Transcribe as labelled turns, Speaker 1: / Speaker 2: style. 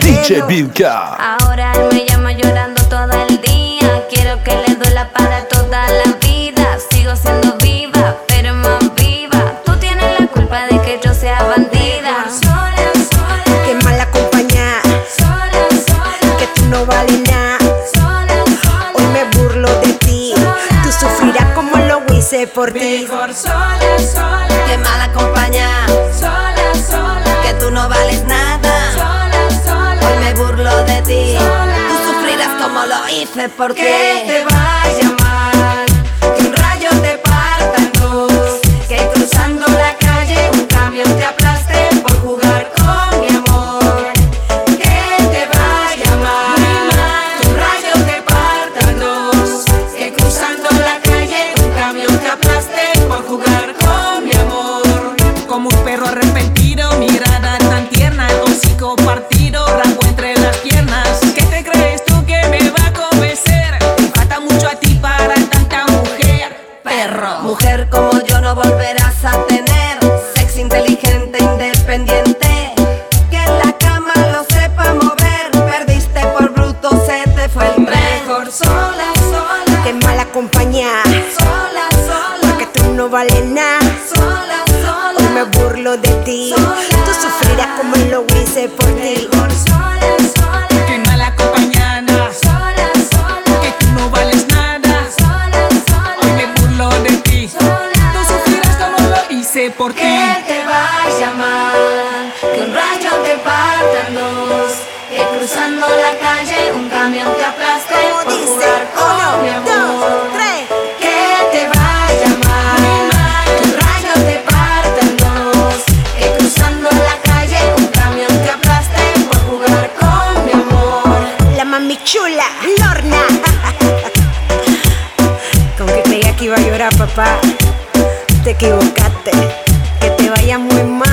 Speaker 1: DJ Vilca.
Speaker 2: Ahora él me llama llorando todo el día. Quiero que le duela para toda la vida. Sigo siendo viva, pero más viva. Tú tienes la culpa de que yo sea bandida. Sola, sola,
Speaker 3: Que mala compañía,
Speaker 2: sola, sola.
Speaker 3: que tú no vales nada.
Speaker 2: Sola, sola.
Speaker 3: Hoy me burlo de ti. Tú sufrirás como lo hice por ti.
Speaker 4: sola, sola,
Speaker 5: Qué mala compañía,
Speaker 4: sola, sola,
Speaker 5: que tú no vales nada.
Speaker 4: sola, sola.
Speaker 5: Hoy me burlo de ti. Tú sufrirás como lo hice porque
Speaker 4: Que te vaya mal, que un rayo te parta en dos, que cruzando la calle un camión te aplaste por jugar con mi amor. Que te vaya mal, que un rayo te parta en dos, que cruzando la calle un camión te aplaste por jugar con mi amor.
Speaker 6: Como un perro arrepentido, mirada tan tierna, hocico partido, rango entre las piernas. ¿Qué te crees tú que me va a convencer? Te falta mucho a ti para tanta mujer, perro.
Speaker 5: Mujer como yo no volverás a tener Sexo inteligente, independiente Que en la cama lo sepa mover Perdiste por bruto, se te fue el tren
Speaker 4: Mejor sola, sola,
Speaker 3: Que mala compañía,
Speaker 4: sola, sola,
Speaker 3: que tú no vales nada.
Speaker 4: sola, sola.
Speaker 3: Hoy me burlo de ti. Tú sufrirás como lo hice por ti.
Speaker 4: Mejor sola, sola,
Speaker 6: Qué mala compañana,
Speaker 4: sola, sola,
Speaker 6: que tú no vales nada.
Speaker 4: sola,
Speaker 6: Hoy
Speaker 4: sola,
Speaker 6: me burlo de ti. Tú
Speaker 4: sola.
Speaker 6: sufrirás como lo hice por ti.
Speaker 4: Que te vaya mal, que un rayo te parta en dos, que cruzando la calle un camión te aplaste
Speaker 3: Como
Speaker 4: por
Speaker 3: dice,
Speaker 4: jugar con mi
Speaker 3: uno, dos,
Speaker 4: amor.
Speaker 3: tres.
Speaker 4: Que te vaya mal, que un rayo te parta en dos, que cruzando la calle un camión te aplaste por jugar con mi amor.
Speaker 3: La mami chula, Lorna. Con que creía que iba a llorar, papá. Te equivocaste. Que te vaya muy mal.